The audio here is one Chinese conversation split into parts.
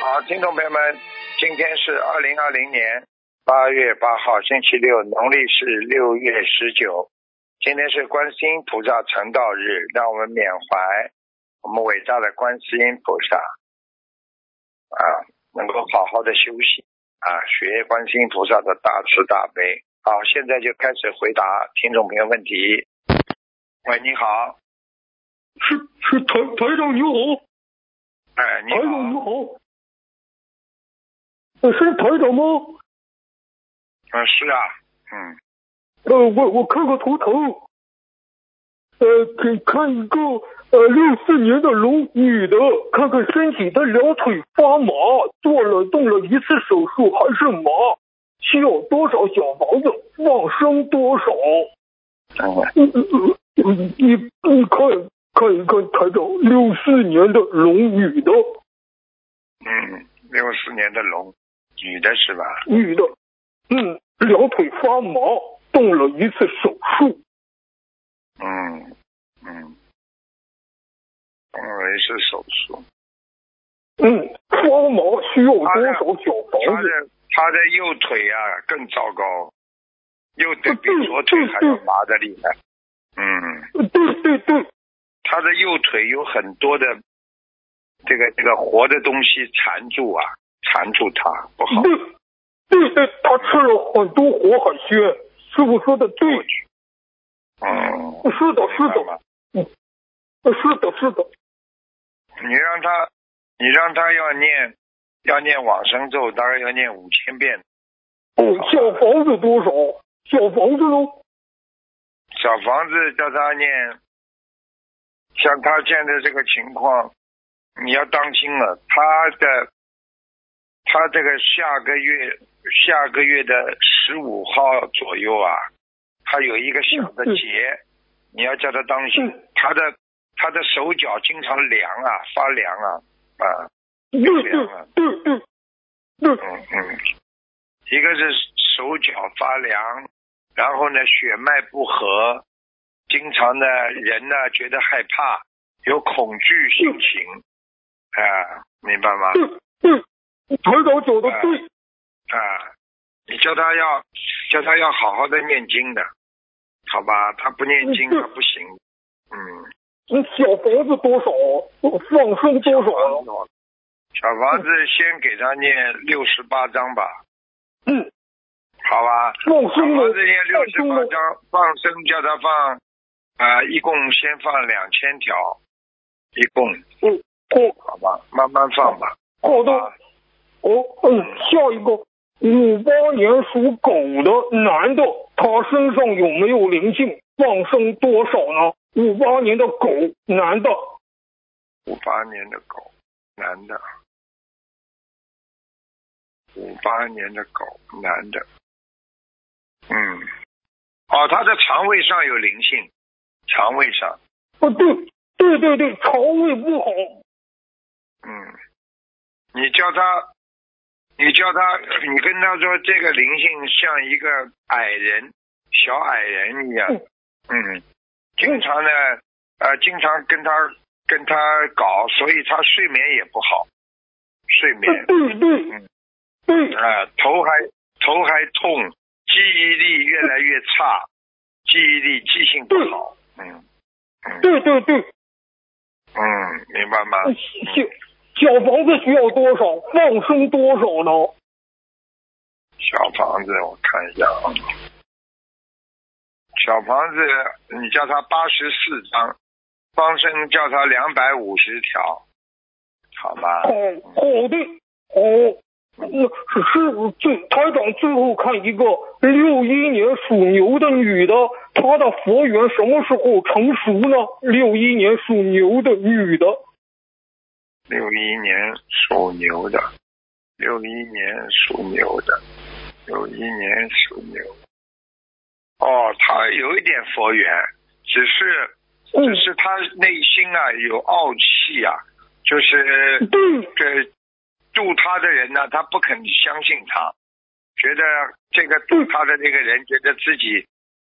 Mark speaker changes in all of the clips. Speaker 1: 好，听众朋友们，今天是二零二零年八月八号，星期六，农历是六月十九。今天是观世音菩萨成道日，让我们缅怀我们伟大的观世音菩萨啊，能够好好的休息啊，学观世音菩萨的大慈大悲。好，现在就开始回答听众朋友问题。喂，你好，
Speaker 2: 是是台台长你好，
Speaker 1: 哎，你
Speaker 2: 台长你
Speaker 1: 好，
Speaker 2: 好，呃是台长吗？
Speaker 1: 嗯，是啊，嗯，
Speaker 2: 呃，我我看个图腾，呃，给看一个呃六四年的龙女的，看看身体，她两腿发麻，做了动了一次手术还是麻，需要多少小房子放生多少？
Speaker 1: 嗯，
Speaker 2: 嗯嗯嗯嗯，你你看看一看台长，六四年的龙女的
Speaker 1: 嗯，六四年的龙，女的是吧？
Speaker 2: 女的，嗯，两腿发麻，动了一次手术，
Speaker 1: 嗯嗯，嗯，也是手术。
Speaker 2: 哦嗯，发麻需要多少小
Speaker 1: 他
Speaker 2: 房
Speaker 1: 的
Speaker 2: 子？
Speaker 1: 他的右腿啊更糟糕，右
Speaker 2: 哦
Speaker 1: 腿比左腿还要麻的厉害。嗯，
Speaker 2: 呃对对对，
Speaker 1: 他的右腿有很多的这个这个活的东西缠住啊，缠住他不好。
Speaker 2: 对对对，他吃了很多活海鲜，师傅说的对，
Speaker 1: 嗯，
Speaker 2: 是的，是
Speaker 1: 明白吗
Speaker 2: 的，是的，是的，
Speaker 1: 你让他，你让他要念要念往生咒，大概要念五千遍。
Speaker 2: 哦，小房子多少？小房子呢？
Speaker 1: 小房子叫他念，像他现在这个情况，你要当心了。他的，他这个下个月下个月的十五号左右啊，他有一个小的
Speaker 2: 嗯嗯
Speaker 1: 结，你要叫他当心
Speaker 2: 嗯。
Speaker 1: 他的他的手脚经常凉啊，发凉啊，啊，
Speaker 2: 对对对对对，
Speaker 1: 嗯嗯，一个是手脚发凉，然后呢血脉不和，经常呢人呢觉得害怕，有恐惧心
Speaker 2: 嗯
Speaker 1: 情，啊、明白吗？
Speaker 2: 对对，台长讲的对，
Speaker 1: 啊、你叫他要叫他要好好的念经的，好吧？他不念经
Speaker 2: 嗯
Speaker 1: 他不行，嗯。
Speaker 2: 你小房子多少？放生多少啊？
Speaker 1: 小房子先给他念六十八章吧，
Speaker 2: 嗯。
Speaker 1: 好吧？
Speaker 2: 放
Speaker 1: 小
Speaker 2: 生
Speaker 1: 房
Speaker 2: 了，
Speaker 1: 子念六
Speaker 2: 放
Speaker 1: 十
Speaker 2: 生
Speaker 1: 八
Speaker 2: 了，
Speaker 1: 张，放生叫他放，啊、一共先放两千条，一共，
Speaker 2: 嗯，哦，
Speaker 1: 好吧，慢慢放吧。
Speaker 2: 好的，
Speaker 1: 啊
Speaker 2: 哦，嗯，下一个，五八年属狗的男的，他身上有没有灵性？放生多少呢？五八年的狗男的，啊
Speaker 1: 五八年的狗，男的。五八年的狗，男的。嗯，哦，他的肠胃上有灵性，肠胃上，
Speaker 2: 哦，对，对对对，肠胃不好，
Speaker 1: 嗯，你叫他，你叫他，你跟他说这个灵性像一个矮人，小矮人一样，嗯，经常呢，呃，经常跟他跟他搞，所以他睡眠也不好，睡眠
Speaker 2: 呃对对
Speaker 1: 嗯
Speaker 2: 对，
Speaker 1: 啊、头还头还痛，记忆力越来越差，记忆力记性不好，嗯嗯
Speaker 2: 对对啊对，
Speaker 1: 嗯，明白吗？
Speaker 2: 小小房子需要多少？放生多少呢？
Speaker 1: 小房子，我看一下啊。小房子，你叫他八十四张，方生叫他两百五十条，好吗？
Speaker 2: 好好的，哦，那是最台长最后看一个六一年属牛的女的，她的佛缘什么时候成熟呢？六一年属牛的女的，
Speaker 1: 六一年属牛的，六一年属牛的，六一年属牛。哦，他有一点佛缘，只是只
Speaker 2: 嗯，
Speaker 1: 是他内心啊有傲气啊，就是
Speaker 2: 对，
Speaker 1: 这渡他的人呢，他不肯相信他，觉得这个渡他的这个人觉得自己，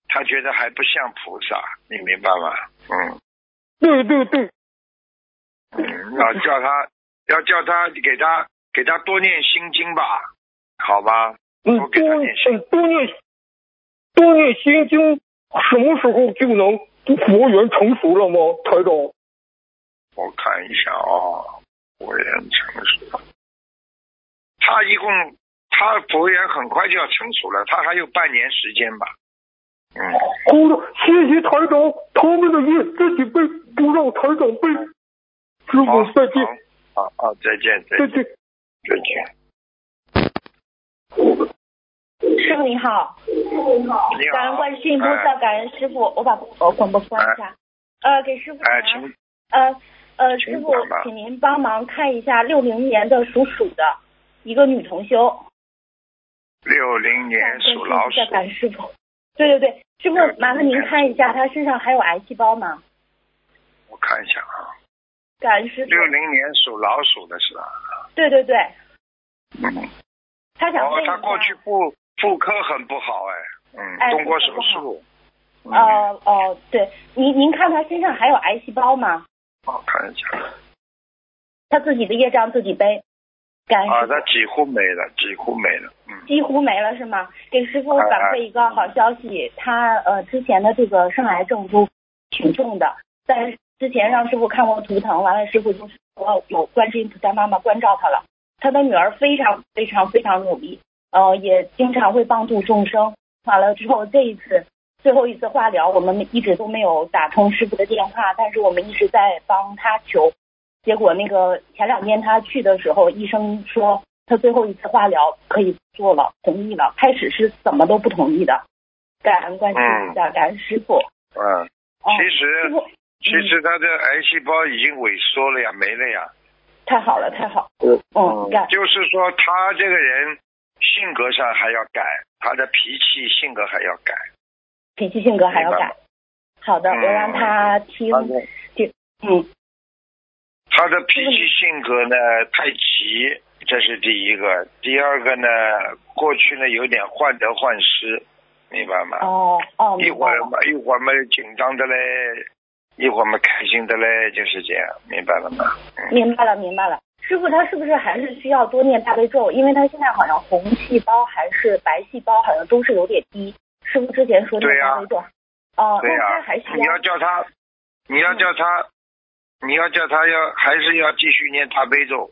Speaker 1: 他觉得还不像菩萨，你明白吗？嗯
Speaker 2: 对对对，
Speaker 1: 嗯，要叫他，要叫他给他给他多念心经吧，好吧？
Speaker 2: 嗯，
Speaker 1: 多给
Speaker 2: 多
Speaker 1: 他念心，
Speaker 2: 嗯多念多念心经，什么时候就能佛缘成熟了吗？台长，
Speaker 1: 我看一下哦，佛缘成熟，他一共他佛缘很快就要成熟了，他还有半年时间吧。嗯，
Speaker 2: 好的，谢谢台长，他们的业自己背，不让台长背。师
Speaker 1: 好
Speaker 2: 傅，再见，
Speaker 1: 好，好，好再见，再
Speaker 2: 再
Speaker 1: 见，
Speaker 2: 见。
Speaker 1: 再见。
Speaker 3: 师傅你好，
Speaker 1: 你
Speaker 3: 感恩
Speaker 1: 好，
Speaker 3: 观世音菩萨，感恩师傅，我把我广播关一下。呃，给师傅
Speaker 1: 哎哎，
Speaker 3: 请安
Speaker 1: 请
Speaker 3: 呃呃，
Speaker 1: 请
Speaker 3: 师傅
Speaker 1: 讲吧，
Speaker 3: 请您帮忙看一下六零年的属鼠的一个女同修。
Speaker 1: 六零年属老鼠
Speaker 3: 在，感恩师傅。对对对，师傅
Speaker 1: 嗯，
Speaker 3: 麻烦您看一下她身上还有癌细胞吗？
Speaker 1: 我看一下啊，
Speaker 3: 感恩师傅。
Speaker 1: 六零年属老鼠的是吧？
Speaker 3: 对对对，
Speaker 1: 嗯。
Speaker 3: 她想
Speaker 1: 哦
Speaker 3: 问，一下。
Speaker 1: 他过去妇妇科很不好哎，嗯，
Speaker 3: 哎
Speaker 1: 动过手
Speaker 3: 妇科
Speaker 1: 术。嗯，
Speaker 3: 呃哦，对，您您看她身上还有癌细胞吗？
Speaker 1: 我看一下，
Speaker 3: 她自己的业障自己背。感恩师
Speaker 1: 啊，
Speaker 3: 傅
Speaker 1: 他几乎没了，几乎没了，嗯，
Speaker 3: 几乎没了是吗？给师傅
Speaker 1: 哎哎
Speaker 3: 反馈一个好消息，他呃之前的这个生癌症都挺重的，但是之前让师傅看过图腾，完了师傅就说哦有观世音菩萨妈妈关照他了。他的女儿非常非常非常努力，呃，也经常会帮助众生。完了之后，这一次最后一次化疗，我们一直都没有打通师傅的电话，但是我们一直在帮他求。结果那个前两天他去的时候，医生说他最后一次化疗可以做了，同意了。开始是怎么都不同意的，感恩观世音菩萨，感恩师傅。
Speaker 1: 嗯，
Speaker 3: 哦，
Speaker 1: 其
Speaker 3: 师
Speaker 1: 实
Speaker 3: 傅
Speaker 1: 其实他的癌细胞已经萎缩了呀，没了呀，
Speaker 3: 太好了，太好了。嗯，感
Speaker 1: 就是说他这个人性格上还要改，他的脾气性格还要改，
Speaker 3: 脾气性格还要
Speaker 1: 明白
Speaker 3: 改。好的，我
Speaker 1: 嗯
Speaker 3: 让他听。
Speaker 1: 他的
Speaker 3: 嗯，
Speaker 1: 他的脾气性格呢太急，这是第一个，第二个呢，过去呢有点患得患失，明白吗？
Speaker 3: 哦哦，
Speaker 1: 一
Speaker 3: 明
Speaker 1: 会
Speaker 3: 白
Speaker 1: 儿
Speaker 3: 了。
Speaker 1: 嘛，一会儿嘛紧张的嘞，一会儿嘛开心的嘞，就是这样，明白了吗？嗯
Speaker 3: 明白了，明白了。师傅，他是不是还是需要多念大悲咒？因为他现在好像红细胞还是白细胞，好像都是有点低。师傅之前说念
Speaker 1: 对呀
Speaker 3: 大悲咒，哦、
Speaker 1: 对呀、
Speaker 3: 那他还嗯需
Speaker 1: 你要叫他，你要叫他，你要叫他要还是要继续念大悲咒，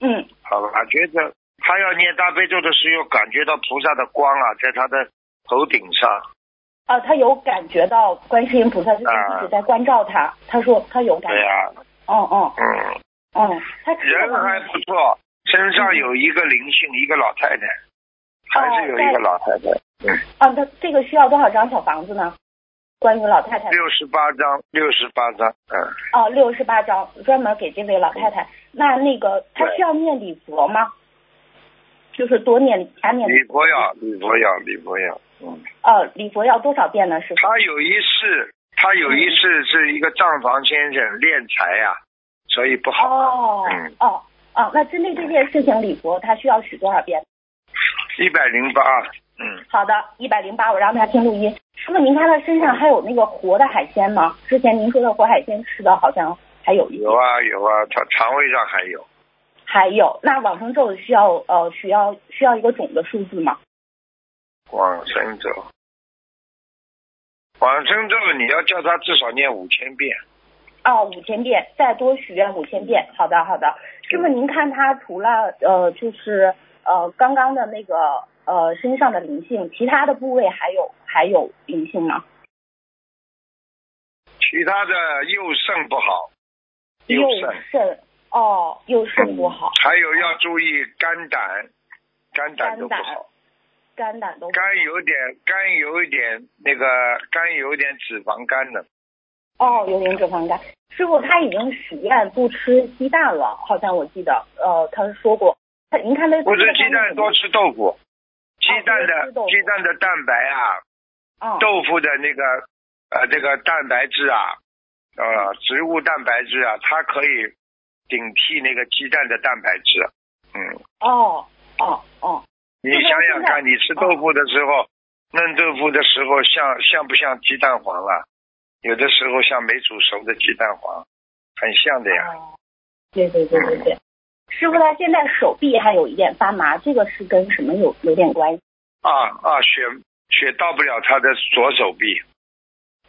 Speaker 3: 嗯，
Speaker 1: 好吧？觉得他要念大悲咒的时候，感觉到菩萨的光啊，在他的头顶上，
Speaker 3: 啊，他有感觉到观世音菩萨就是一直在关照他。他说他有感
Speaker 1: 对
Speaker 3: 觉，
Speaker 1: 呀、
Speaker 3: 嗯嗯
Speaker 1: 嗯，
Speaker 3: 嗯，他吃的
Speaker 1: 人
Speaker 3: 方
Speaker 1: 还
Speaker 3: 面
Speaker 1: 不错，身上有一个灵性，一个老太太，还是有一个老太太，
Speaker 3: 啊，他这个需要多少张小房子呢？关于老太太
Speaker 1: 六十八张，六十八张，嗯。
Speaker 3: 哦，六十八张专门给这位老太太。那那个她
Speaker 1: 对
Speaker 3: 需要念礼佛吗？就是多念加念
Speaker 1: 李婆要，李婆要，李婆要。嗯，
Speaker 3: 呃礼佛要多少遍呢？师傅？
Speaker 1: 他有一次，他有一次是一个账房先生敛财呀、所以不好。
Speaker 3: 哦
Speaker 1: 嗯
Speaker 3: 哦哦，那针对这件事情，礼佛他需要许多少遍？
Speaker 1: 一百零八，嗯，
Speaker 3: 好的，一百零八，我让他听录音。师傅，您看他身上还有那个活的海鲜吗？之前您说的活海鲜吃的好像还有一些
Speaker 1: 有，啊有啊，他肠胃上还有，
Speaker 3: 还有那往生咒需要呃需要需要一个总的数字吗？
Speaker 1: 往生咒。往生咒，你要叫他至少念五千遍。
Speaker 3: 哦，五千遍，再多许愿五千遍。好的，好的。师傅，您看他除了呃，就是呃刚刚的那个呃身上的灵性，其他的部位还有还有灵性吗？
Speaker 1: 其他的右肾不好，
Speaker 3: 右
Speaker 1: 肾，嗯
Speaker 3: 肾哦，右肾不好，
Speaker 1: 还有要注意肝胆，嗯肝胆都不
Speaker 3: 肝胆
Speaker 1: 好，
Speaker 3: 肝胆都
Speaker 1: 肝有点肝有一点那个肝有一点脂肪肝的，
Speaker 3: 哦，有点脂肪肝。师傅他已经许愿不吃鸡蛋了，好像我记得，呃，他说过，他您看他
Speaker 1: 不吃鸡蛋，多吃豆腐。鸡蛋的、
Speaker 3: 哦多吃豆腐
Speaker 1: 鸡蛋的蛋白啊，
Speaker 3: 啊、嗯，
Speaker 1: 豆腐的那个呃这个蛋白质啊，
Speaker 3: 嗯
Speaker 1: 呃植物蛋白质啊，它可以顶替那个鸡蛋的蛋白质。嗯，
Speaker 3: 哦哦哦，
Speaker 1: 你
Speaker 3: 就是
Speaker 1: 想想
Speaker 3: 现在哦
Speaker 1: 看，你吃豆腐的时候，嫩豆腐的时候像像不像鸡蛋黄了？有的时候像没煮熟的鸡蛋黄，很像的呀。
Speaker 3: 哦，对对对对对。师傅他现在手臂还有一点发麻，这个是跟什么有有点关系？
Speaker 1: 啊啊，血血到不了他的左手臂，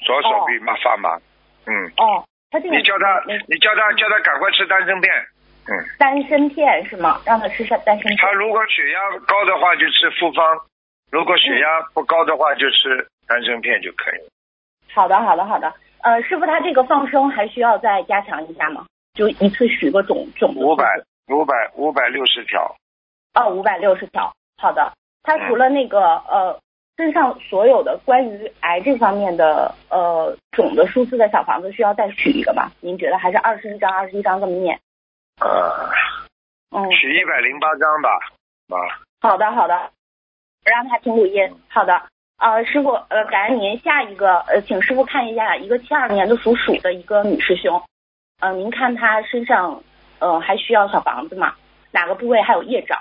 Speaker 1: 左手臂麻发麻，嗯，
Speaker 3: 哦，他这个
Speaker 1: 你叫他
Speaker 3: 哦没，嗯
Speaker 1: 你叫他，叫他赶快吃丹参片，嗯，
Speaker 3: 丹参片是吗？让他吃丹参片。
Speaker 1: 他如果血压高的话就吃复方，如果
Speaker 3: 嗯
Speaker 1: 血压不高的话就吃丹参片就可以了。
Speaker 3: 好的，好的，好的。呃，师傅他这个放生还需要再加强一下吗？就一次许个种种子
Speaker 1: 五百五百五百六十条，
Speaker 3: 哦，五百六十条。好的，他除了那个
Speaker 1: 嗯
Speaker 3: 呃身上所有的关于癌这方面的呃种的数字的小房子需要再许一个吧？您觉得还是二十一张二十一张这么念？
Speaker 1: 呃，
Speaker 3: 嗯，
Speaker 1: 取一百零八张吧，啊，
Speaker 3: 好的好的，让他听录音。好的，呃，师傅呃感恩您。下一个呃，请师傅看一下一个七二年的属鼠的一个女师兄，呃，您看她身上呃还需要小房子吗？哪个部位还有业障？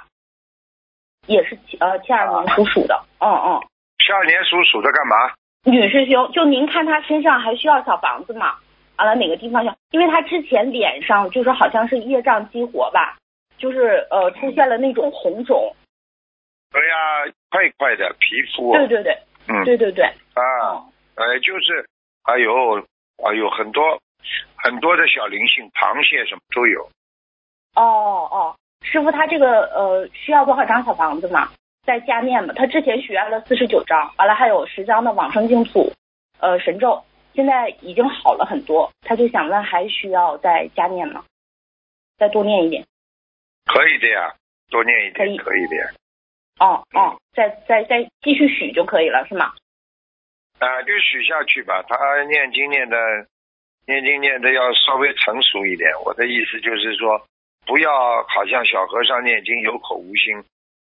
Speaker 3: 也是七呃七二年属鼠的，嗯嗯。
Speaker 1: 下年属鼠的干嘛？
Speaker 3: 女师兄，就您看她身上还需要小房子吗？完了哪个地方要？因为她之前脸上就是好像是业障激活吧，就是呃出现了那种红肿。
Speaker 1: 哎呀，快快的皮肤，
Speaker 3: 对对对
Speaker 1: 嗯
Speaker 3: 对对对，
Speaker 1: 啊，呃，就是，哎呦，哎呦，很多很多的小灵性，螃蟹什么都有，
Speaker 3: 哦哦，师傅他这个呃需要多少张小房子嘛？在下面吧，他之前许愿了四十九张，完了还有十张的往生净土，呃神咒，现在已经好了很多，他就想问还需要再加念吗？再多念一点。
Speaker 1: 可以的呀，多念一点
Speaker 3: 可以
Speaker 1: 可以的呀，
Speaker 3: 哦哦，再再再继续许就可以了，是吗？
Speaker 1: 啊，就许下去吧。他念经念的，念经念的要稍微成熟一点。我的意思就是说，不要好像小和尚念经有口无心，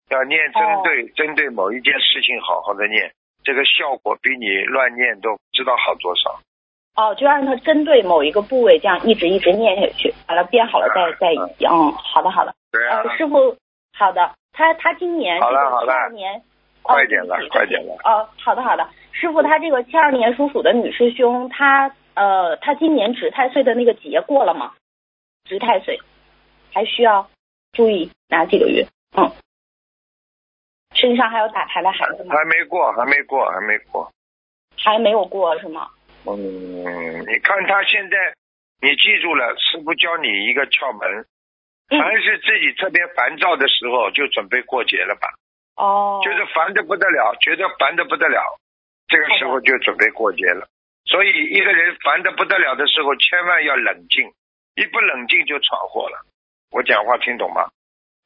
Speaker 1: 要念针
Speaker 3: 哦
Speaker 1: 对、针对某一件事情好好的念，这个效果比你乱念都不知道好多少。
Speaker 3: 哦，就让他针对某一个部位这样一直一直念下去，完了变好了再再嗯，好的好的。
Speaker 1: 对啊，
Speaker 3: 呃，师傅，好的，他他今年这
Speaker 1: 好
Speaker 3: 个
Speaker 1: 了好
Speaker 3: 七
Speaker 1: 了
Speaker 3: 二年，
Speaker 1: 快
Speaker 3: 哦
Speaker 1: 点了
Speaker 3: 对不起
Speaker 1: 快点了
Speaker 3: 哦，好的好的，师傅，他这个七二年属鼠的女师兄，她呃，她今年值太岁的那个节过了吗？值太岁，还需要注意哪几个月？嗯，身上还有打牌的孩子吗？
Speaker 1: 还没过，还没过，还没过。
Speaker 3: 还没有过是吗？
Speaker 1: 嗯，你看他现在，你记住了，师傅教你一个窍门，
Speaker 3: 嗯
Speaker 1: 凡是自己特别烦躁的时候，就准备过节了吧。
Speaker 3: 哦，
Speaker 1: 就是烦的不得了，觉得烦的不得了，这个时候就准备过节了。所以一个人烦的不得了的时候，千万要冷静，一不冷静就闯祸了。我讲话听懂吗？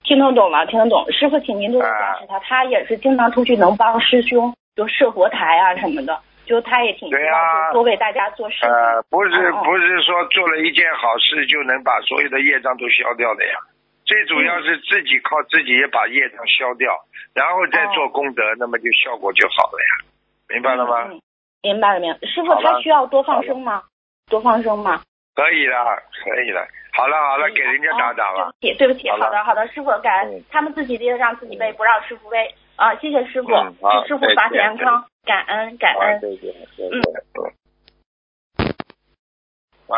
Speaker 3: 听得懂了，听得懂。师傅，请您多多
Speaker 1: 啊
Speaker 3: 加持他，他也是经常出去能帮师兄，就设佛台啊什么的，就他也挺希
Speaker 1: 对啊
Speaker 3: 望多为大家做事情。
Speaker 1: 呃，不是
Speaker 3: 哦
Speaker 1: 不是说做了一件好事就能把所有的业障都消掉的呀。最主要是自己靠自己也把业障消掉，然后再做功德，那么就效果就好了呀。明白了吗？
Speaker 3: 哦嗯嗯明白了，明白了。师傅
Speaker 1: 好，吧
Speaker 3: 他需要多放生吗？多放生吗？
Speaker 1: 可以了，可以了。好了好了，给人家打打吧
Speaker 3: 哦。对不起，对不起。
Speaker 1: 好了
Speaker 3: 好的，好的，师傅，感恩
Speaker 1: 嗯
Speaker 3: 他们自己的让自己背，不让师傅背啊！谢谢师傅，
Speaker 1: 嗯好
Speaker 3: 祝师傅
Speaker 1: 再见
Speaker 3: 法体安康，感恩感
Speaker 1: 好，啊
Speaker 3: 恩。
Speaker 1: 再见，再见。嗯喂，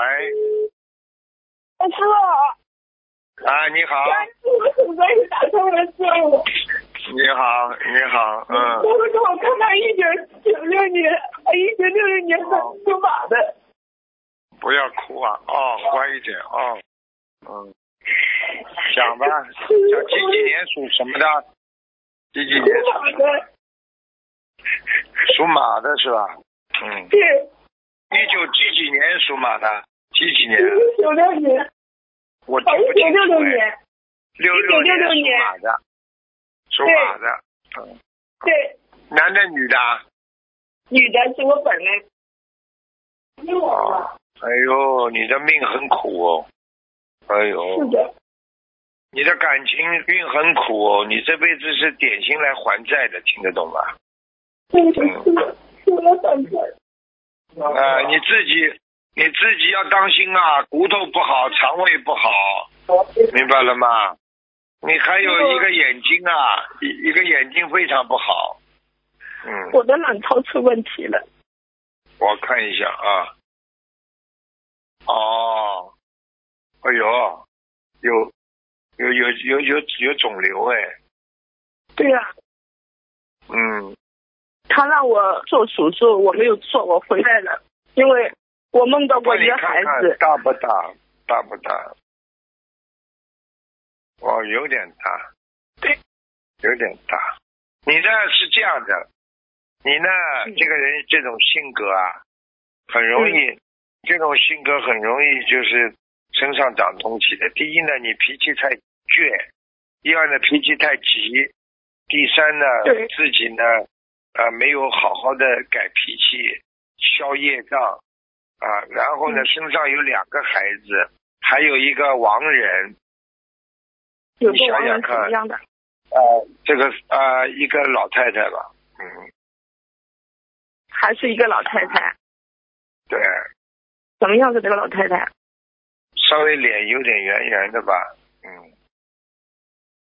Speaker 4: 哎，师傅，
Speaker 1: 啊，你好，
Speaker 4: 刚才很多人打通了电话，
Speaker 1: 你好，你好，嗯，
Speaker 4: 我们正好看到一九九六年，哎一九六六年的属马的，
Speaker 1: 不要哭啊，哦，乖一点，哦，嗯，讲吧，讲几几年属什么的？几几年
Speaker 4: 属马的，
Speaker 1: 属马的是吧？嗯，
Speaker 4: 对，
Speaker 1: 一九几几年属马的？几几年？
Speaker 4: 一九九六年，
Speaker 1: 我
Speaker 4: 哦，
Speaker 1: 听不
Speaker 4: 一
Speaker 1: 清
Speaker 4: 九
Speaker 1: 楚
Speaker 4: 六六
Speaker 1: 哎。
Speaker 4: 年，
Speaker 1: 六六
Speaker 4: 1966
Speaker 1: 属
Speaker 4: 年
Speaker 1: 马的，属马的，嗯，
Speaker 4: 对，
Speaker 1: 男的女的啊？
Speaker 4: 女的是我本人。
Speaker 1: 哦，哎呦，你的命很苦哦，哎
Speaker 4: 是
Speaker 1: 呦，
Speaker 4: 的，
Speaker 1: 你的感情运很苦哦，你这辈子是典型来还债的，听得懂吗？
Speaker 4: 对，是的，是我本人。哦
Speaker 1: 啊、你自己你自己要当心啊，骨头不好，肠胃不好，明白了吗？你还有一个眼睛啊，一一个眼睛非常不好，嗯，
Speaker 4: 我的卵巢出问题了，
Speaker 1: 我看一下啊，哦，哎呦，有有有有有有肿瘤哎，
Speaker 4: 对呀、
Speaker 1: 嗯
Speaker 4: 他让我做手术，我没有做，我回来了，因为我梦到过一个孩
Speaker 1: 帮你
Speaker 4: 子
Speaker 1: 看看，大不大？大不大？哦，有点大。
Speaker 4: 对。
Speaker 1: 有点大。你呢是这样的，你呢、这个人这种性格啊，很容易，
Speaker 4: 嗯
Speaker 1: 这种性格很容易就是身上长东西的。第一呢，你脾气太倔；第二呢，脾气太急；第三呢
Speaker 4: 对，
Speaker 1: 自己呢，啊、没有好好的改脾气，消业障啊、然后
Speaker 4: 嗯
Speaker 1: 呢，身上有两个孩子，还有一个亡人，
Speaker 4: 有
Speaker 1: 你
Speaker 4: 个
Speaker 1: 想
Speaker 4: 亡人
Speaker 1: 想
Speaker 4: 怎
Speaker 1: 看
Speaker 4: 么样的？
Speaker 1: 呃，这个呃，一个老太太吧，嗯，
Speaker 4: 还是一个老太太，
Speaker 1: 对，
Speaker 4: 怎么样的这个老太太？
Speaker 1: 稍微脸有点圆圆的吧，嗯，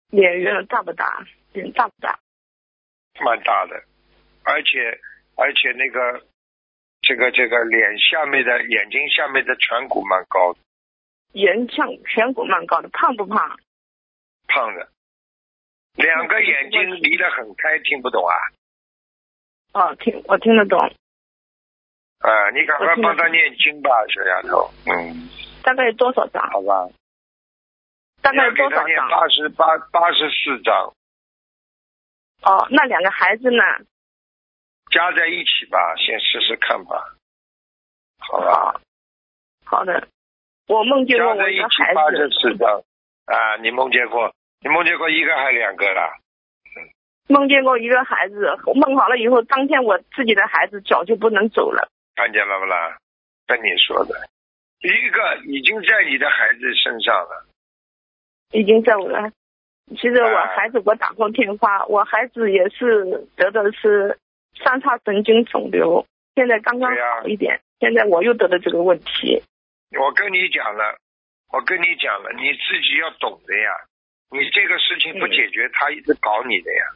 Speaker 4: 脸圆大不大？脸大不大？
Speaker 1: 蛮大的，而且而且那个这个这个脸下面的眼睛下面的颧骨蛮高的，
Speaker 4: 圆像颧骨蛮高的，胖不胖？
Speaker 1: 胖的，两个眼睛离得很开，听不懂啊？
Speaker 4: 哦，听我听得懂，
Speaker 1: 啊、你赶快帮他念经吧，小丫头，嗯，
Speaker 4: 大概有多少张？
Speaker 1: 好吧，
Speaker 4: 大
Speaker 1: 你
Speaker 4: 概
Speaker 1: 要
Speaker 4: 有
Speaker 1: 给
Speaker 4: 多
Speaker 1: 他
Speaker 4: 少
Speaker 1: 念
Speaker 4: 张？
Speaker 1: 八十八八十四章，
Speaker 4: 哦，那两个孩子呢？
Speaker 1: 加在一起吧，先试试看吧，好吧。
Speaker 4: 哦，好的。我梦见过
Speaker 1: 加
Speaker 4: 我
Speaker 1: 在
Speaker 4: 一
Speaker 1: 一
Speaker 4: 个
Speaker 1: 起
Speaker 4: 孩
Speaker 1: 八
Speaker 4: 子
Speaker 1: 十，四张啊！你梦见过？你梦见过一个还两个啦？
Speaker 4: 梦见过一个孩子，梦好了以后，当天我自己的孩子脚就不能走了。
Speaker 1: 看见了不啦？跟你说的，一个已经在你的孩子身上了，
Speaker 4: 已经在我的。其实我
Speaker 1: 哎
Speaker 4: 孩子给我打过电话，我孩子也是得的是三叉神经肿瘤，现在刚刚
Speaker 1: 对呀
Speaker 4: 好一点。现在我又得了这个问题，
Speaker 1: 我跟你讲了，我跟你讲了，你自己要懂的呀。你这个事情不解决，他一直搞你的呀，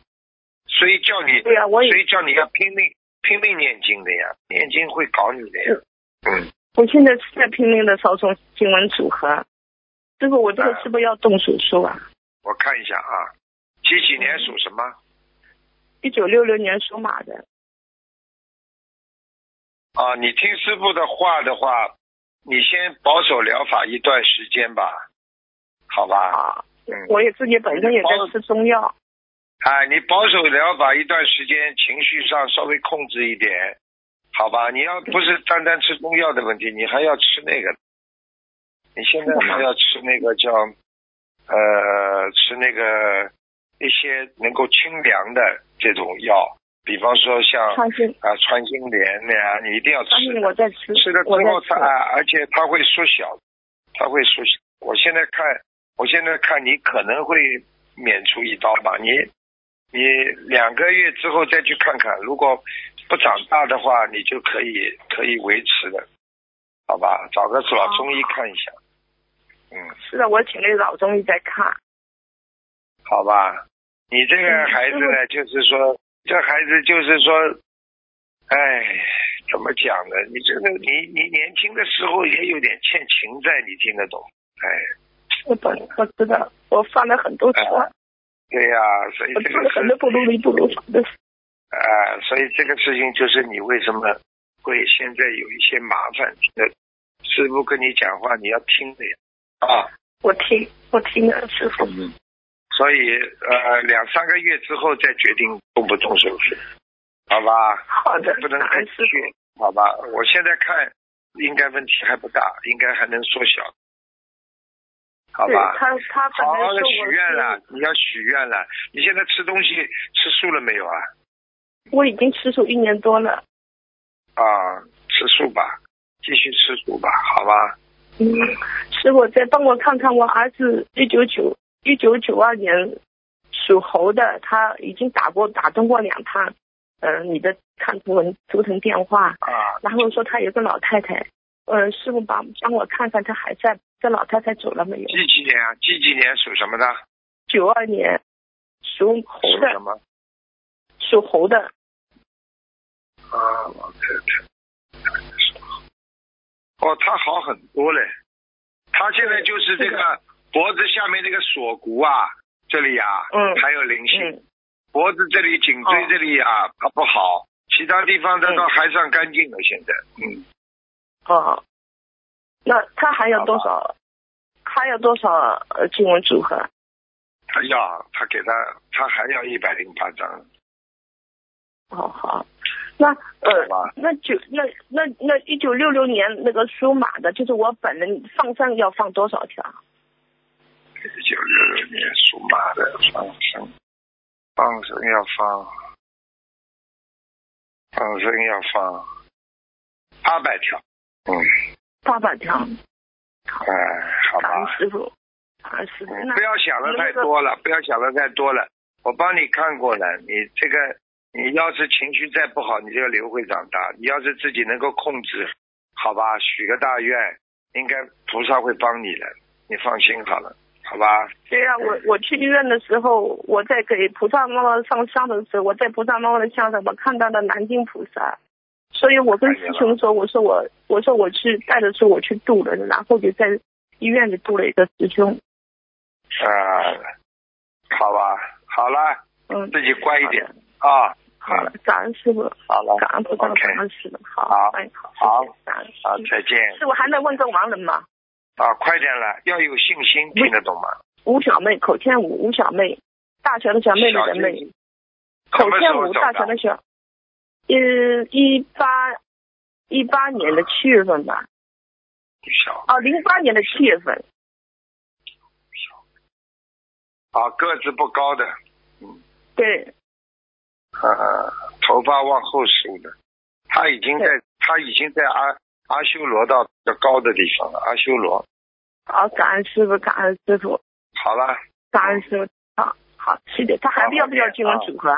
Speaker 1: 所以叫你，
Speaker 4: 嗯对呀、我也
Speaker 1: 所以叫你要拼命拼命念经的呀，念经会搞你的呀。嗯，
Speaker 4: 我现在是在拼命的操纵经文组合。师傅，我这个
Speaker 1: 哎
Speaker 4: 是不是要动手术啊？
Speaker 1: 我看一下啊，几几年属什么？
Speaker 4: 一九六六年属马的，
Speaker 1: 啊，你听师傅的话的话，你先保守疗法一段时间吧，好吧？
Speaker 4: 啊，
Speaker 1: 嗯，
Speaker 4: 我也自己本身也在吃中药，
Speaker 1: 啊，你保守疗法一段时间，情绪上稍微控制一点，好吧？你要不是单单吃中药的问题，你还要吃那个，你现在还要吃那个叫，呃，吃那个一些能够清凉的这种药，比方说像
Speaker 4: 创新，
Speaker 1: 啊穿心莲的呀，你一定要吃
Speaker 4: 创新
Speaker 1: 的。
Speaker 4: 我在吃，
Speaker 1: 吃了
Speaker 4: 我
Speaker 1: 之后它，
Speaker 4: 在
Speaker 1: 啊而且它会缩小，它会缩小。我现在看，我现在看你可能会免除一刀吧，你你两个月之后再去看看，如果不长大的话，你就可以可以维持的，好吧？找个老中医
Speaker 4: 哦
Speaker 1: 看一下，嗯，
Speaker 4: 吃，是的，我请那个老中医在看，
Speaker 1: 好吧？你这
Speaker 4: 嗯
Speaker 1: 个孩子呢，就是说，这孩子就是说，哎，怎么讲呢？你这个你你年轻的时候也有点欠情债，你听得懂？哎，
Speaker 4: 我懂，我知道，我犯了很多错，
Speaker 1: 哎对呀、所以
Speaker 4: 我
Speaker 1: 这
Speaker 4: 做
Speaker 1: 个
Speaker 4: 了很多不如理不如法的事，
Speaker 1: 啊、所以这个事情就是你为什么会现在有一些麻烦？那师傅跟你讲话，你要听的呀，啊，
Speaker 4: 我听，我听了师傅，
Speaker 1: 嗯，所以呃，两三个月之后再决定动不动手术，好吧？
Speaker 4: 好的，
Speaker 1: 不能
Speaker 4: 感
Speaker 1: 太
Speaker 4: 恩师
Speaker 1: 急，好吧？我现在看应该问题还不大，应该还能缩小，好
Speaker 4: 傅，对
Speaker 1: 吧？
Speaker 4: 他他本
Speaker 1: 好
Speaker 4: 来
Speaker 1: 好的
Speaker 4: 说
Speaker 1: 许
Speaker 4: 我
Speaker 1: 愿了
Speaker 4: 是，，
Speaker 1: 你要许愿了。你现在吃东西吃素了没有啊？
Speaker 4: 我已经吃素一年多了，
Speaker 1: 啊，吃素吧，继续吃素吧，好吧？
Speaker 4: 嗯，师傅再帮我看看我儿子一九九一九九二年属猴的，他已经打过打通过两趟，呃，你的看图文图腾电话，
Speaker 1: 啊，
Speaker 4: 然后说他有个老太太，呃，师傅帮帮我看看他还在，这老太太走了没有？
Speaker 1: 几几年啊？几几年属什么的？
Speaker 4: 九二年属猴
Speaker 1: 属什
Speaker 4: 的，
Speaker 1: 么？
Speaker 4: 属猴的，
Speaker 1: 啊，老太太。哦，他好很多嘞，他现在就是这个脖子下面这个锁骨啊，这里啊，
Speaker 4: 嗯
Speaker 1: 还有灵性，
Speaker 4: 嗯
Speaker 1: 脖子这里、颈椎
Speaker 4: 哦嗯
Speaker 1: 这里啊，它不好，其他地方它倒还算干净的。现在，嗯，
Speaker 4: 哦，那他还有多少？还有多少呃经文组合？
Speaker 1: 他要他给他，他还要一百零八张，
Speaker 4: 哦好，那
Speaker 1: 好
Speaker 4: 呃
Speaker 1: 吧？
Speaker 4: 那九那那那一九六六年那个属马的，就是我本人放生要放多少条？
Speaker 1: 一九六六年属马的放生，放生要放，放生要放八百条，嗯，
Speaker 4: 八百条。
Speaker 1: 哎，好
Speaker 4: 感恩
Speaker 1: 吧，
Speaker 4: 师傅，感恩师傅。
Speaker 1: 嗯
Speaker 4: 那
Speaker 1: 不要想的太多了，不要想的太多了，我帮你看过了，你这个。你要是情绪再不好，你这个瘤会长大。你要是自己能够控制，好吧，许个大愿，应该菩萨会帮你的，你放心好了，好吧？
Speaker 4: 虽然我我去医院的时候，我在给菩萨妈妈上香的时候，我在菩萨妈妈的香上，我看到了南京菩萨，所以我跟师兄说，我说我我说我去带着是我去度了，然后就在医院里度了一个师兄，
Speaker 1: 啊，好吧，好了，
Speaker 4: 嗯，
Speaker 1: 自己乖一点啊。
Speaker 4: 好了，感恩师傅，
Speaker 1: 好了，
Speaker 4: 感恩菩萨，
Speaker 1: OK，
Speaker 4: 感恩师傅，
Speaker 1: 好
Speaker 4: 好，哎，
Speaker 1: 好
Speaker 4: 好，谢谢感恩师
Speaker 1: 好，
Speaker 4: 傅
Speaker 1: 再见
Speaker 4: 师傅还能问个亡人吗？
Speaker 1: 啊，快点了，要有信心，听得懂吗？
Speaker 4: 吴小妹，口天吴，吴小妹，大全的小妹妹
Speaker 1: 小
Speaker 4: 的妹
Speaker 1: 妹。什
Speaker 4: 口
Speaker 1: 么时
Speaker 4: 天
Speaker 1: 候
Speaker 4: 舞
Speaker 1: 走
Speaker 4: 大全
Speaker 1: 的？
Speaker 4: 的小，呃，一八一八年的七月份吧，
Speaker 1: 小
Speaker 4: 哦，零八年的七月份，
Speaker 1: 啊，个子不高的，
Speaker 4: 对，
Speaker 1: 呃，头发往后梳的，他已经在
Speaker 4: 对
Speaker 1: 他已经在阿阿修罗道的高的地方了，阿修罗。
Speaker 4: 好，啊感恩师傅，感恩师傅，
Speaker 1: 好了，
Speaker 4: 感恩师傅，好好，谢谢。他还要不要经文组合？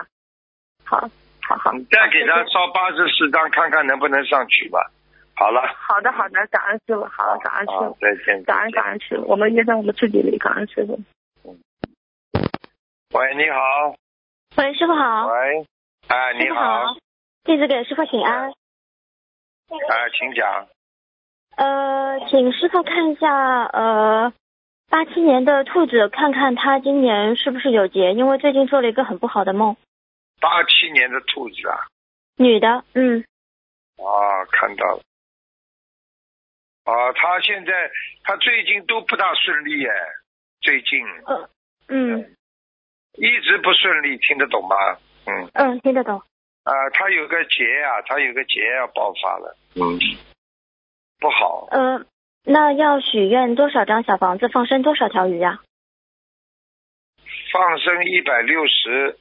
Speaker 4: 好，好好，
Speaker 1: 你再给他
Speaker 4: 啊好谢谢
Speaker 1: 烧八十四张，看看能不能上去吧。好了，
Speaker 4: 好的，好的，感恩师傅，好，感恩师
Speaker 1: 啊
Speaker 4: 傅，，
Speaker 1: 再见，
Speaker 4: 感
Speaker 1: 再见
Speaker 4: 恩感恩师傅，我们约在我们自己里，感恩师傅。
Speaker 1: 喂，你好，
Speaker 5: 喂，师傅好，
Speaker 1: 喂，哎，你
Speaker 5: 师傅好，弟子给师傅请安。
Speaker 1: 哎，请讲。
Speaker 5: 呃，请师傅看一下，呃，八七年的兔子，看看他今年是不是有劫，因为最近做了一个很不好的梦。
Speaker 1: 八七年的兔子啊，
Speaker 5: 女的，嗯，
Speaker 1: 啊，看到了。啊，他现在他最近都不大顺利哎，最近
Speaker 5: 呃，嗯
Speaker 1: 一直不顺利，听得懂吗？嗯，
Speaker 5: 嗯，听得懂。
Speaker 1: 啊，他有个结啊，他有个结要爆发了。嗯，不好，
Speaker 5: 呃，那要许愿多少张小房子，放生多少条鱼啊呀、
Speaker 1: 放生一百六十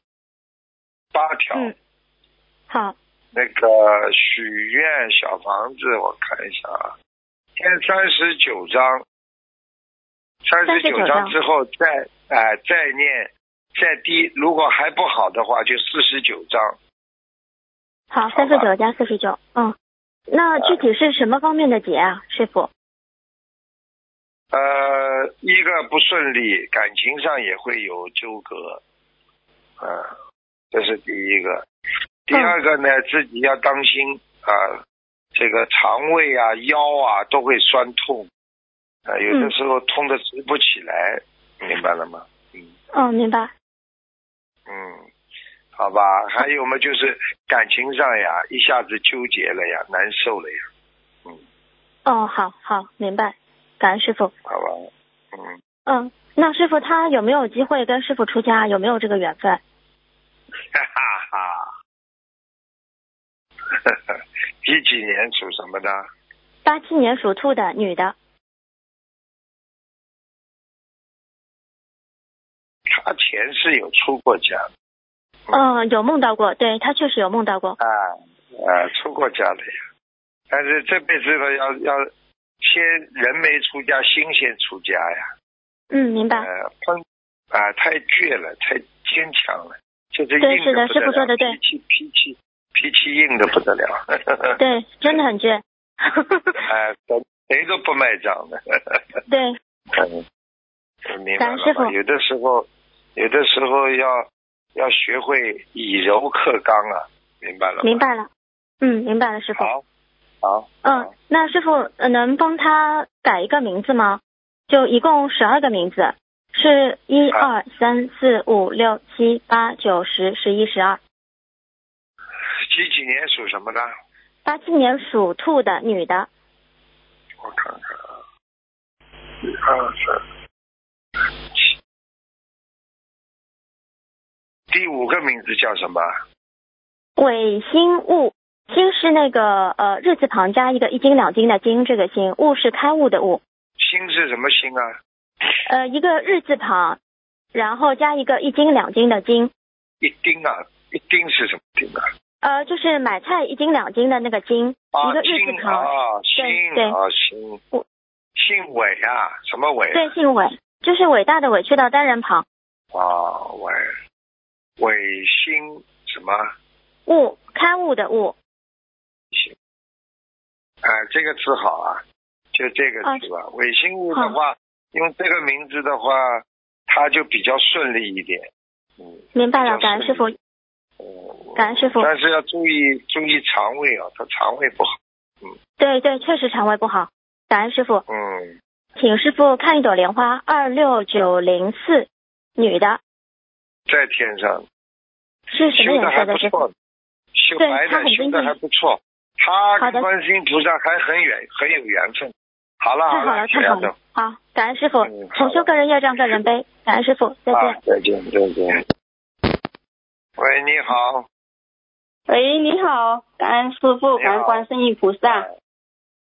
Speaker 1: 八条，
Speaker 5: 嗯，好，
Speaker 1: 那个许愿小房子，我看一下啊，先三十九章，三十九
Speaker 5: 39
Speaker 1: 章
Speaker 5: 章
Speaker 1: 之后再哎、再念再低，如果还不好的话，就四十九章。
Speaker 5: 好，
Speaker 1: 好吧
Speaker 5: 三十九加四十九，嗯，那具体是什么方面的劫啊，师傅？
Speaker 1: 呃，一个不顺利，感情上也会有纠葛，嗯、这是第一个。第二个呢，自己要当心啊、这个肠胃啊、腰啊都会酸痛，啊、有的
Speaker 5: 嗯
Speaker 1: 时候痛的直不起来，明白了吗？
Speaker 5: 嗯，明白。
Speaker 1: 嗯，好吧。还有嘛，就是感情上呀，一下子纠结了呀，难受了呀，
Speaker 5: 哦，好好，明白，感恩师傅。
Speaker 1: 好吧？嗯，
Speaker 5: 嗯，那师傅他有没有机会跟师傅出家？有没有这个缘分？
Speaker 1: 哈哈哈。 几几年属什么的？
Speaker 5: 八七年属兔的女的，
Speaker 1: 他前世有出过家，
Speaker 5: 嗯、有梦到过，对她确实有梦到过。
Speaker 1: 啊啊，出过家的呀。但是这辈子呢，要要先人没出家，心先出家呀。
Speaker 5: 嗯，明白。
Speaker 1: 呃，碰啊，太倔了，太坚强了，就是
Speaker 5: 对
Speaker 1: 硬的
Speaker 5: 是的师
Speaker 1: 不
Speaker 5: 傅
Speaker 1: 得
Speaker 5: 说
Speaker 1: 了，
Speaker 5: 的对
Speaker 1: 脾气脾气脾气硬的不得了。
Speaker 5: 对，真的很倔。
Speaker 1: 哎、谁都不卖账的。
Speaker 5: 对，
Speaker 1: 嗯，明白
Speaker 5: 感恩师
Speaker 1: 了吧？
Speaker 5: 傅
Speaker 1: 有的时候，有的时候要要学会以柔克刚啊，明白了吗？
Speaker 5: 明白了。嗯，明白了，师傅。嗯
Speaker 1: 好，好，
Speaker 5: 嗯，那师傅呃能帮他改一个名字吗？就一共十二个名字，是一
Speaker 1: 啊
Speaker 5: 二三四五六七八九十十一十二。
Speaker 1: 几几年属什么的？
Speaker 5: 八七年属兔的女的，
Speaker 1: 我看看，啊，一二三七，第五个名字叫什么？
Speaker 5: 韦星悟，星是那个呃日字旁加一个一斤两斤的斤，这个星，悟是开悟的悟，
Speaker 1: 星是什么星啊？
Speaker 5: 呃一个日字旁，然后加一个一斤两斤的斤，
Speaker 1: 一丁啊，一丁是什么丁啊？
Speaker 5: 呃就是买菜一斤两斤的那个斤，
Speaker 1: 啊
Speaker 5: 一个，日字
Speaker 1: 姓
Speaker 5: 旁，
Speaker 1: 啊，
Speaker 5: 对
Speaker 1: 姓
Speaker 5: 对
Speaker 1: 啊，姓
Speaker 5: 我
Speaker 1: 姓韦啊，什么韦啊？
Speaker 5: 对，姓韦，就是伟大的伟，去掉单人旁，
Speaker 1: 啊，韦韦星什么？啊
Speaker 5: 悟开悟的悟，
Speaker 1: 行，哎、这个字好啊，就这个字
Speaker 5: 啊
Speaker 1: 吧。韦星物的话，用这个名字的话，它就比较顺利一点。嗯，
Speaker 5: 明白了，
Speaker 1: 比较
Speaker 5: 感恩师傅
Speaker 1: 顺，嗯
Speaker 5: 感恩师傅，
Speaker 1: 但是要注意注意肠胃啊，他肠胃不好。
Speaker 5: 对对，确实肠胃不好，感恩师傅，
Speaker 1: 嗯，
Speaker 5: 请师傅看一朵莲花，二六九零四，女的，
Speaker 1: 在天上
Speaker 5: 是什么
Speaker 1: 修的
Speaker 5: 颜色
Speaker 1: 还不
Speaker 5: 的师傅？
Speaker 1: 错，修
Speaker 5: 对
Speaker 1: 白
Speaker 5: 他
Speaker 1: 的
Speaker 5: 很
Speaker 1: 修
Speaker 5: 精
Speaker 1: 的
Speaker 5: 进
Speaker 1: 还不错，他
Speaker 5: 好
Speaker 1: 跟
Speaker 5: 的
Speaker 1: 观世音菩萨还很远，很有缘分。好了
Speaker 5: 太好
Speaker 1: 了，
Speaker 5: 了，
Speaker 1: 这
Speaker 5: 太好
Speaker 1: 样的
Speaker 5: 了，好，啊感恩师傅
Speaker 1: 嗯，好
Speaker 5: 重
Speaker 1: 的
Speaker 5: 修个人业障，个人悲，感恩师傅，再见。
Speaker 1: 啊，再见再见。喂，你好。
Speaker 6: 喂，你好，感恩师傅，
Speaker 1: 你好
Speaker 6: 感恩观世音菩萨。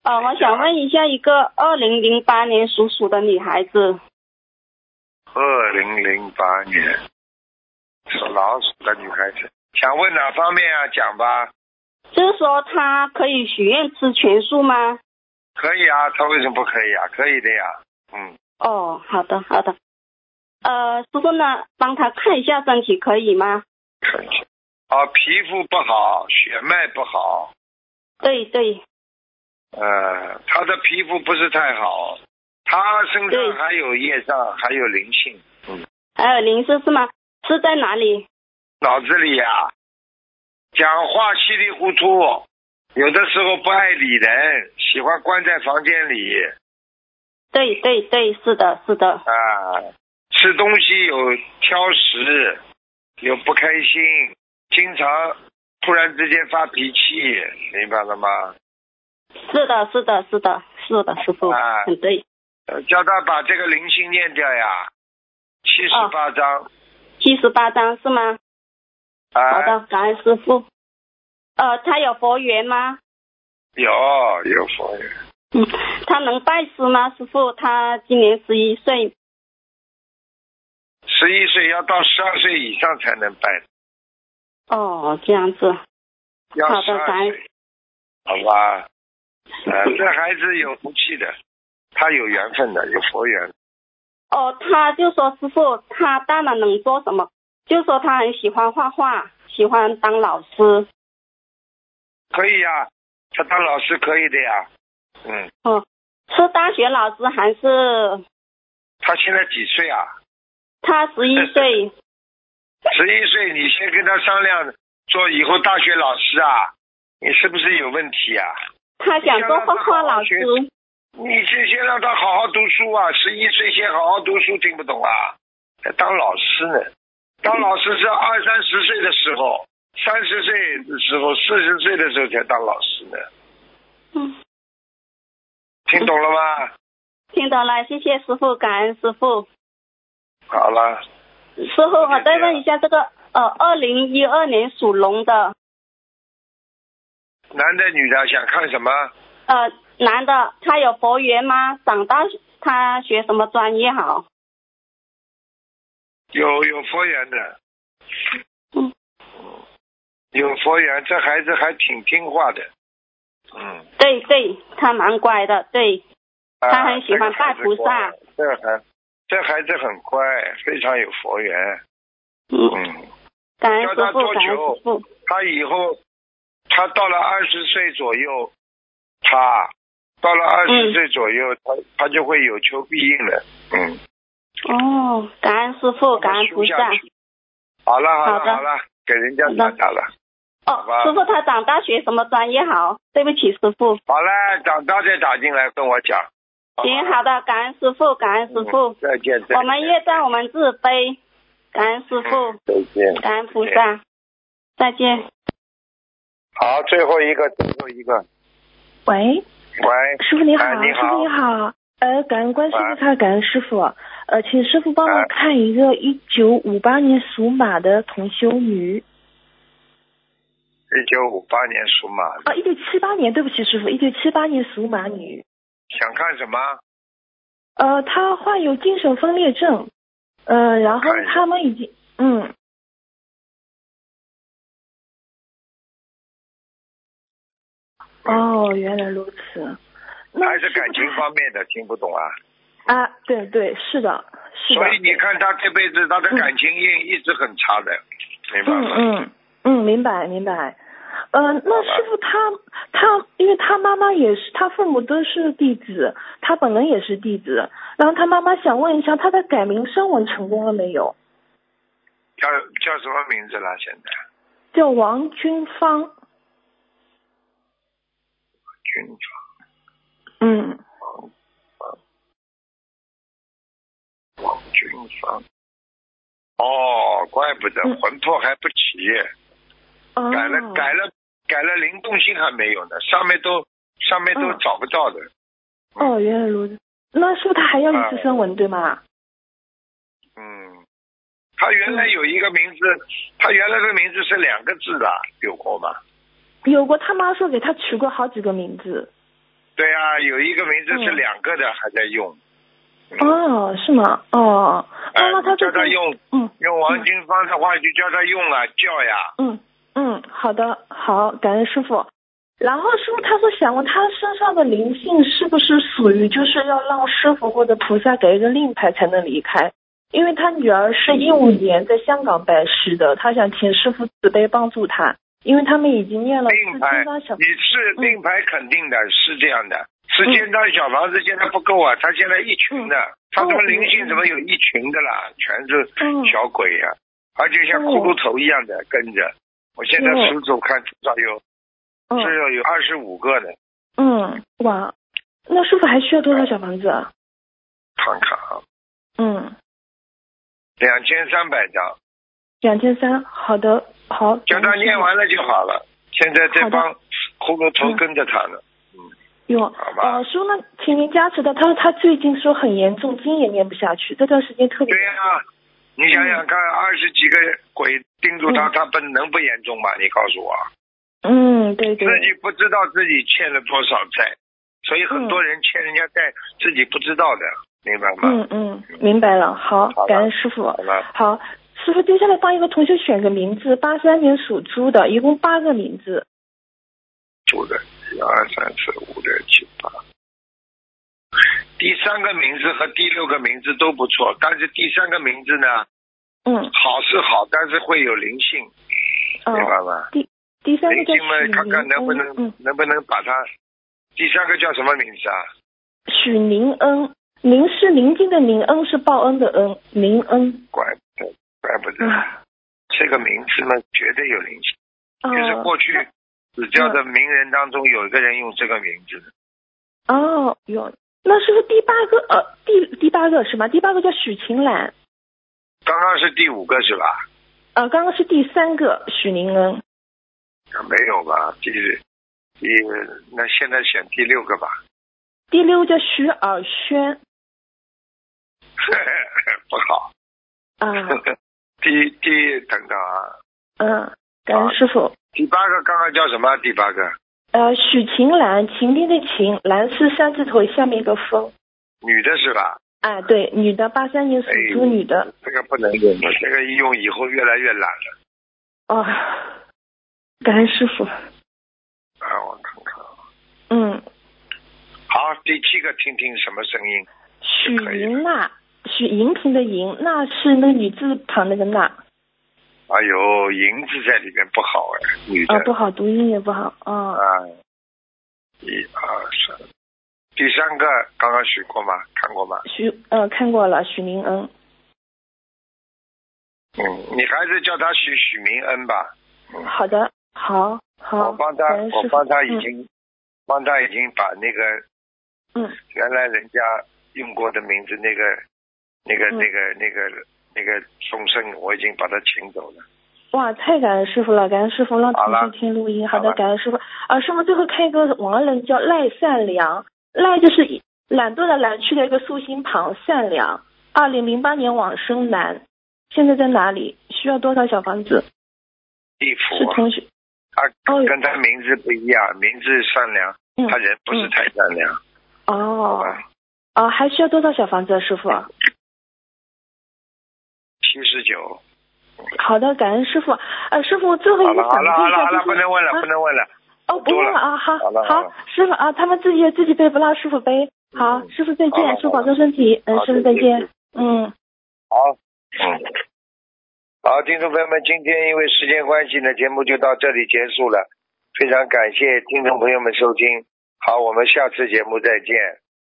Speaker 6: 呃，我想问一下，一个二零零八年属鼠的女孩子，
Speaker 1: 二零零八年，属老鼠的女孩子，想问哪方面啊？讲吧。
Speaker 6: 就是说她可以许愿吃全素吗？
Speaker 1: 可以啊，她为什么不可以啊？可以的呀。嗯，
Speaker 6: 哦，好的，好的。呃，师傅呢，帮她看一下身体可以吗？
Speaker 1: 可以。啊，皮肤不好，血脉不好，
Speaker 6: 对对，
Speaker 1: 呃，她的皮肤不是太好，她身上
Speaker 6: 对
Speaker 1: 还有业障，还有灵性，
Speaker 6: 还有灵性是吗？是在哪里？
Speaker 1: 脑子里呀、讲话稀里糊涂，有的时候不爱理人，喜欢关在房间里，
Speaker 6: 对对对，是的，是的，
Speaker 1: 啊，吃东西有挑食，有不开心，经常突然之间发脾气，明白了吗？
Speaker 6: 是的，是的，是的，是的，师傅，
Speaker 1: 啊
Speaker 6: 很对。
Speaker 1: 呃叫他把这个灵性念掉呀，七十八章。
Speaker 6: 七十八章是吗？
Speaker 1: 啊，
Speaker 6: 哦好的，感恩师傅。呃，他有佛缘吗？
Speaker 1: 有有佛缘，
Speaker 6: 嗯， 他能拜师吗？师傅，他今年十一岁，
Speaker 1: 十一岁要到十二岁以上才能拜，
Speaker 6: 哦，这样子，
Speaker 1: 要
Speaker 6: 好
Speaker 1: 十
Speaker 6: 的
Speaker 1: 二
Speaker 6: 感恩
Speaker 1: 岁，好吧？呃， 这孩子有福气的，他有缘分的，有佛缘。
Speaker 6: 哦，他就说师傅，他大了能做什么？就说他很喜欢画画，喜欢当老师。
Speaker 1: 可以呀、他当老师可以的呀。嗯，
Speaker 6: 哦，是大学老师还是
Speaker 1: 他现在几岁啊？
Speaker 6: 他十一岁？
Speaker 1: 十一岁，你先跟他商量，做以后大学老师啊，你是不是有问题啊？
Speaker 6: 他想做画画老师。
Speaker 1: 你先先让他好好读书啊，十一岁先好好读书，听不懂啊？还当老师呢？当老师是二三十岁的时候，三十岁的时候，四十岁的时候才当老师呢。
Speaker 6: 嗯，
Speaker 1: 听懂了吗？
Speaker 6: 听懂了，谢谢师傅，感恩师傅。
Speaker 1: 好了，
Speaker 6: 师傅，我再问一下这个，呃，二零一二年属龙的，
Speaker 1: 男的女的想看什么？
Speaker 6: 呃，男的，他有佛缘吗？长大他学什么专业好？
Speaker 1: 有有佛缘的，
Speaker 6: 嗯，
Speaker 1: 有佛缘，这孩子还挺听话的，嗯，
Speaker 6: 对对，他蛮乖的，对，
Speaker 1: 啊
Speaker 6: 他很喜欢大菩萨，
Speaker 1: 这个孩子乖这孩这孩子很乖，非常有佛缘，
Speaker 6: 嗯，
Speaker 1: 嗯，
Speaker 6: 感恩师
Speaker 1: 教他
Speaker 6: 傅
Speaker 1: 多，
Speaker 6: 感恩
Speaker 1: 久
Speaker 6: 师傅，
Speaker 1: 他以后他到了二十岁左右，他到了二十
Speaker 6: 嗯
Speaker 1: 岁左右，他他就会有求必应的，嗯，
Speaker 6: 哦，感恩师傅，感恩
Speaker 1: 修
Speaker 6: 菩
Speaker 1: 下
Speaker 6: 萨。
Speaker 1: 去。好了好
Speaker 6: 好
Speaker 1: 了
Speaker 6: 的
Speaker 1: 好了，给人家
Speaker 6: 好的
Speaker 1: 打打了。好
Speaker 6: 哦
Speaker 1: 吧，
Speaker 6: 师傅，他长大学什么专业好？对不起，师傅。
Speaker 1: 好了，长大再打进来跟我讲。
Speaker 6: 行，好的，感恩师傅，感恩师傅
Speaker 1: 嗯，再见，再见
Speaker 6: 我们业障我们自卑，感恩师傅，
Speaker 1: 再见。
Speaker 6: 感恩菩萨，再见。
Speaker 1: 好，最后一个，最后一个，喂，
Speaker 7: 喂，师傅你好，
Speaker 1: 哎你好
Speaker 7: 师傅你好，呃，感恩观世音菩萨，感恩师傅，呃，请师傅帮
Speaker 1: 哎
Speaker 7: 我看一个一九五八年属马的同修女，
Speaker 1: 一九五八年属马的，
Speaker 7: 啊，一九七八年，对不起师傅，一九七八年属马女，
Speaker 1: 想看什么？
Speaker 7: 呃，她患有精神分裂症，呃，然后
Speaker 1: 看一下
Speaker 7: 他们已经，嗯，哦，原来如此，那
Speaker 1: 还是
Speaker 7: 师傅
Speaker 1: 感情
Speaker 7: 她
Speaker 1: 方面的，听不懂啊。
Speaker 7: 啊，对对，是的，是的，
Speaker 1: 所以你看他这辈子他的感情运一直很差的，明白吗？
Speaker 7: 嗯嗯嗯，明白明白。呃，那
Speaker 1: 吧
Speaker 7: 师傅他他，因为他妈妈也是，他父母都是弟子，他本人也是弟子。然后他妈妈想问一下，他的改名声纹成功了没有？
Speaker 1: 叫叫什么名字了？现在
Speaker 7: 叫王军芳。
Speaker 1: 军方
Speaker 7: 嗯，
Speaker 1: 王军方。哦，怪不得
Speaker 7: 嗯
Speaker 1: 魂魄还不齐，
Speaker 7: 哦，
Speaker 1: 改了改了改了，灵动性还没有呢，上面都上面都
Speaker 7: 嗯
Speaker 1: 找不到的。
Speaker 7: 哦，原来如此。那师傅他还要一次
Speaker 1: 哎
Speaker 7: 声纹、对吗？
Speaker 1: 嗯，他原
Speaker 7: 嗯
Speaker 1: 来有一个名字，他原来的名字是两个字的，有过吗？
Speaker 7: 有过，他妈说给他取过好几个名字。
Speaker 1: 对啊，有一个名字是
Speaker 7: 嗯
Speaker 1: 两个的，还在用。嗯
Speaker 7: 哦，是吗？哦，
Speaker 1: 哎
Speaker 7: 妈妈她
Speaker 1: 叫
Speaker 7: 最
Speaker 1: 他
Speaker 7: 近
Speaker 1: 用
Speaker 7: 嗯
Speaker 1: 用王金芳的话，就叫他用啊，叫呀。
Speaker 7: 嗯，嗯，好的，好，感恩师傅。然后师傅他说想问他身上的灵性是不是属于就是要让师傅或者菩萨给一个令牌才能离开，因为他女儿是一五年在香港拜师的，他想请师傅慈悲帮助他，因为他们已经念了
Speaker 1: 令
Speaker 7: 四
Speaker 1: 牌
Speaker 7: 千张小，
Speaker 1: 你是
Speaker 7: 嗯
Speaker 1: 令牌肯定的，是这样的。是千张小房子现在不够啊，他现在一群的，他怎么灵性怎么有一群的啦？全是
Speaker 7: 嗯
Speaker 1: 小鬼呀、而且像骷髅头一样的跟着。我现在
Speaker 7: 嗯
Speaker 1: 数数看，至少有
Speaker 7: 嗯
Speaker 1: 至少有二十五个呢，
Speaker 7: 嗯，哇，那师傅还需要多少小房子啊？
Speaker 1: 看看啊，
Speaker 7: 嗯，
Speaker 1: 两千三百张，
Speaker 7: 两千三，好的，好，
Speaker 1: 叫他念完了就好了。现在这
Speaker 7: 嗯好的
Speaker 1: 帮骷髅头
Speaker 7: 嗯
Speaker 1: 跟着他呢。
Speaker 7: 有，
Speaker 1: 好吧
Speaker 7: 呃，叔呢，请您加持的。他说他最近说很严重，经也念不下去，这段时间特别
Speaker 1: 对呀、你想想看，
Speaker 7: 嗯
Speaker 1: 二十几个鬼盯住他，他不能不严重吗？你告诉我，
Speaker 7: 嗯，对对
Speaker 1: 自，己不知道自己欠了多少债，所以很多人欠人家债，自己不知道的，明白吗？
Speaker 7: 嗯嗯，明白了，好，
Speaker 1: 好的
Speaker 7: 感恩师傅，
Speaker 1: 好吧，
Speaker 7: 好，师傅接下来帮一个同学选个名字，八三年属猪的，一共八个名字，
Speaker 1: 住的一二三四五六七八，第三个名字和第六个名字都不错，但是第三个名字呢，
Speaker 7: 嗯，
Speaker 1: 好是好，但是会有灵性，
Speaker 7: 哦
Speaker 1: 明，白吗？
Speaker 7: 第三个
Speaker 1: 灵
Speaker 7: 叫
Speaker 1: 性嘛，
Speaker 7: 许
Speaker 1: 看看能不
Speaker 7: 宁
Speaker 1: 能
Speaker 7: 恩，、嗯，
Speaker 1: 能不能把它。第三个叫什么名字啊？
Speaker 7: 许宁恩，宁是宁静的宁，恩是报恩的恩，宁恩，
Speaker 1: 怪不得，怪不得、
Speaker 7: 啊，
Speaker 1: 这个名字呢，绝对有灵性。
Speaker 7: 哦嗯
Speaker 1: 就是过去死掉的名人当中，有一个人用这个名字的，
Speaker 7: 哦，有，那师傅第八个呃，第第八个是吗？第八个叫许晴岚，
Speaker 1: 刚刚是第五个是吧？
Speaker 7: 呃，刚刚是第三个许宁恩，
Speaker 1: 啊没有吧？第第那现在选第六个吧，
Speaker 7: 第六个叫许尔轩
Speaker 1: 不好。
Speaker 7: 啊，
Speaker 1: 第第等等啊，
Speaker 7: 嗯，感恩师傅，
Speaker 1: 第八个刚刚叫什么？第八个，
Speaker 7: 呃，许晴岚，晴天的晴，蓝是三字头下面一个风，
Speaker 1: 女的是吧？
Speaker 7: 啊，对，女的，八三年属猪
Speaker 1: 哎
Speaker 7: 女的，
Speaker 1: 这个不能用的，这个一用以后越来越懒了
Speaker 7: 哦，感恩师傅，
Speaker 1: 啊！我看看啊，
Speaker 7: 嗯，
Speaker 1: 好，第七个听听什么声音？
Speaker 7: 许
Speaker 1: 可以
Speaker 7: 银娜，许银平的银，娜是那个女字旁那个娜，
Speaker 1: 哎呦，银子在里面不好哎，女的
Speaker 7: 啊，不好，读音也不好，啊。
Speaker 1: 啊，一二三，第三个刚刚学过吗？看过吗？
Speaker 7: 许呃看过了，许宁恩。
Speaker 1: 嗯，你还是叫他许许明恩吧。嗯，
Speaker 7: 好的，好，好，
Speaker 1: 我帮他
Speaker 7: 哦感恩，师
Speaker 1: 我
Speaker 7: 傅
Speaker 1: 帮他
Speaker 7: 嗯
Speaker 1: 已经，帮他已经把那个
Speaker 7: 嗯
Speaker 1: 原来人家用过的名字，那个、那个、
Speaker 7: 嗯
Speaker 1: 那个、那个、那个众生，我已经把他请走了。
Speaker 7: 哇，太感恩师傅了，感恩师傅让
Speaker 1: 好了
Speaker 7: 同事听录音。好
Speaker 1: 好
Speaker 7: 的，
Speaker 1: 了
Speaker 7: 感恩师傅。啊，师傅最后看一个亡人叫赖善良，赖就是以懒惰的懒去掉一个竖心旁，善良。二零零八年往生男，现在在哪里？需要多少小房子？
Speaker 1: 啊地
Speaker 7: 是
Speaker 1: 府啊，
Speaker 7: 同学。
Speaker 1: 他
Speaker 7: 哦
Speaker 1: 跟他名字不一样，名字善良，
Speaker 7: 嗯
Speaker 1: 他人不是
Speaker 7: 嗯
Speaker 1: 太善良。
Speaker 7: 哦
Speaker 1: 啊哎
Speaker 7: 哦，还需要多少小房子啊，师傅？
Speaker 1: 七十九。
Speaker 7: 好的，感恩师傅。呃，师傅最后
Speaker 1: 好
Speaker 7: 一
Speaker 1: 了
Speaker 7: 个
Speaker 1: 好
Speaker 7: 想
Speaker 1: 了
Speaker 7: 问
Speaker 1: 好
Speaker 7: 一
Speaker 1: 了好
Speaker 7: 下，
Speaker 1: 了，
Speaker 7: 就
Speaker 1: 不
Speaker 7: 是
Speaker 1: 能问了
Speaker 7: 啊
Speaker 1: 不能问了。
Speaker 7: 哦，不用了啊，好，
Speaker 1: 好了好了
Speaker 7: 师傅啊，他们自己自己背，不让师傅背。好，
Speaker 1: 嗯
Speaker 7: 师傅再
Speaker 1: 好了
Speaker 7: 见，师傅
Speaker 1: 好了
Speaker 7: 保重身体。嗯，
Speaker 1: 好
Speaker 7: 师傅
Speaker 1: 再见
Speaker 7: 再
Speaker 1: 再
Speaker 7: 见
Speaker 1: 见。
Speaker 7: 嗯，
Speaker 1: 好，嗯，好，听众朋友们，今天因为时间关系呢，节目就到这里结束了。非常感谢听众朋友们收听，好，我们下次节目再见。